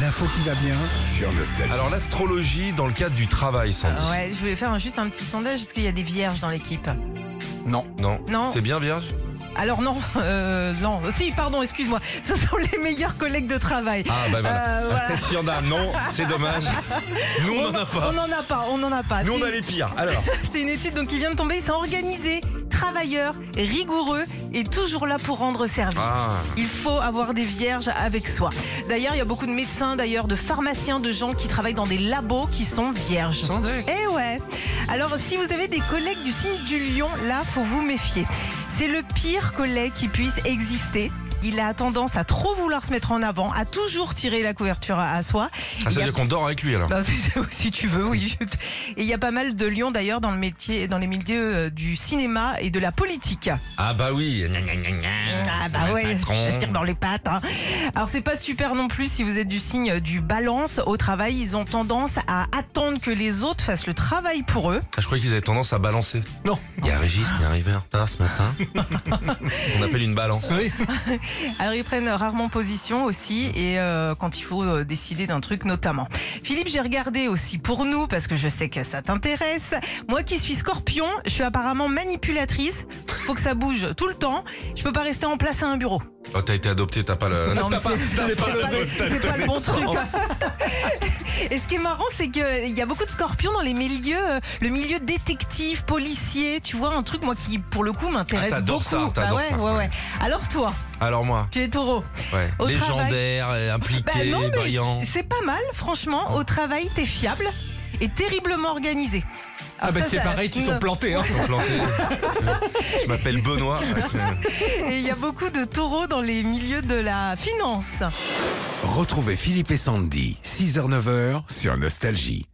L'info qui va bien. sur Nostalgie. Alors l'astrologie dans le cadre du travail, Sandy. Ouais, je voulais faire un- juste un petit sondage. Est-ce qu'il y a des vierges dans l'équipe Non. Non. C'est bien vierge Alors non, euh, non. Si, pardon, excuse-moi. Ce sont les meilleurs collègues de travail. Ah bah voilà. Euh, voilà. Est-ce qu'il y en a Non, c'est dommage. Nous on n'en a Euh, On pas. n'en a pas, on n'en a pas. Nous on C'est- a les pires. Alors, C'est une étude donc qui vient de tomber. Ils sont organisés, travailleurs, rigoureux et toujours là pour rendre service. Ah. Il faut avoir des vierges avec soi. D'ailleurs, il y a beaucoup de médecins, d'ailleurs, de pharmaciens, de gens qui travaillent dans des labos qui sont vierges. Sandy. Eh ouais. Alors, si vous avez des collègues du signe du lion, là, faut vous méfier. C'est le pire collègue qui puisse exister. Il a tendance à trop vouloir se mettre en avant, à toujours tirer la couverture à à soi. Ah, Il ça y veut a- dire qu'on dort avec lui alors. bah, si tu veux, oui. Et il y a pas mal de lions d'ailleurs dans le métier, dans les milieux euh, du cinéma et de la politique. Ah bah oui. Gna, gna, gna, gna. Ah bah ouais, Patron. ça se tire dans les pattes. hein. Alors c'est pas super non plus si vous êtes du signe du balance. Au travail, ils ont tendance à attendre que les autres fassent le travail pour eux. Ah, je croyais qu'ils avaient tendance à balancer. Non. Il y a Régis qui est arrivé en retard ce matin. on appelle une balance. Oui. Alors ils prennent rarement position aussi et euh, quand il faut euh, décider d'un truc notamment. Philippe, j'ai regardé aussi pour nous parce que je sais que ça t'intéresse. Moi qui suis scorpion, je suis apparemment manipulatrice. Faut que ça bouge tout le temps. Je peux pas rester en place à un bureau. Oh, t'as été adopté, Euh, t'as pas le. Non, mais pas- c'est- t'as c'est pas pas le- le- t'as- c'est t'as pas le bon truc. Et ce qui est marrant, c'est qu'il y a beaucoup de scorpions dans les milieux, euh, le milieu détective, policier, tu vois, un truc, moi, qui, pour le coup, m'intéresse Ah, beaucoup. t'adores ça, t'adores Bah ouais, ça. ouais, ouais. Alors, toi, Alors moi, tu es taureau. ouais. Au légendaire, euh, Bah impliqué, non, mais brillant. c'est pas mal, franchement. Au travail, t'es fiable et terriblement organisé. Ah, Alors bah ça, c'est ça- pareil, tu Non. sont plantés. Hein. Planté. je m'appelle Benoît. Et il y a beaucoup de taureaux dans les milieux de la finance. Retrouvez Philippe et Sandy, 6h-9h sur Nostalgie.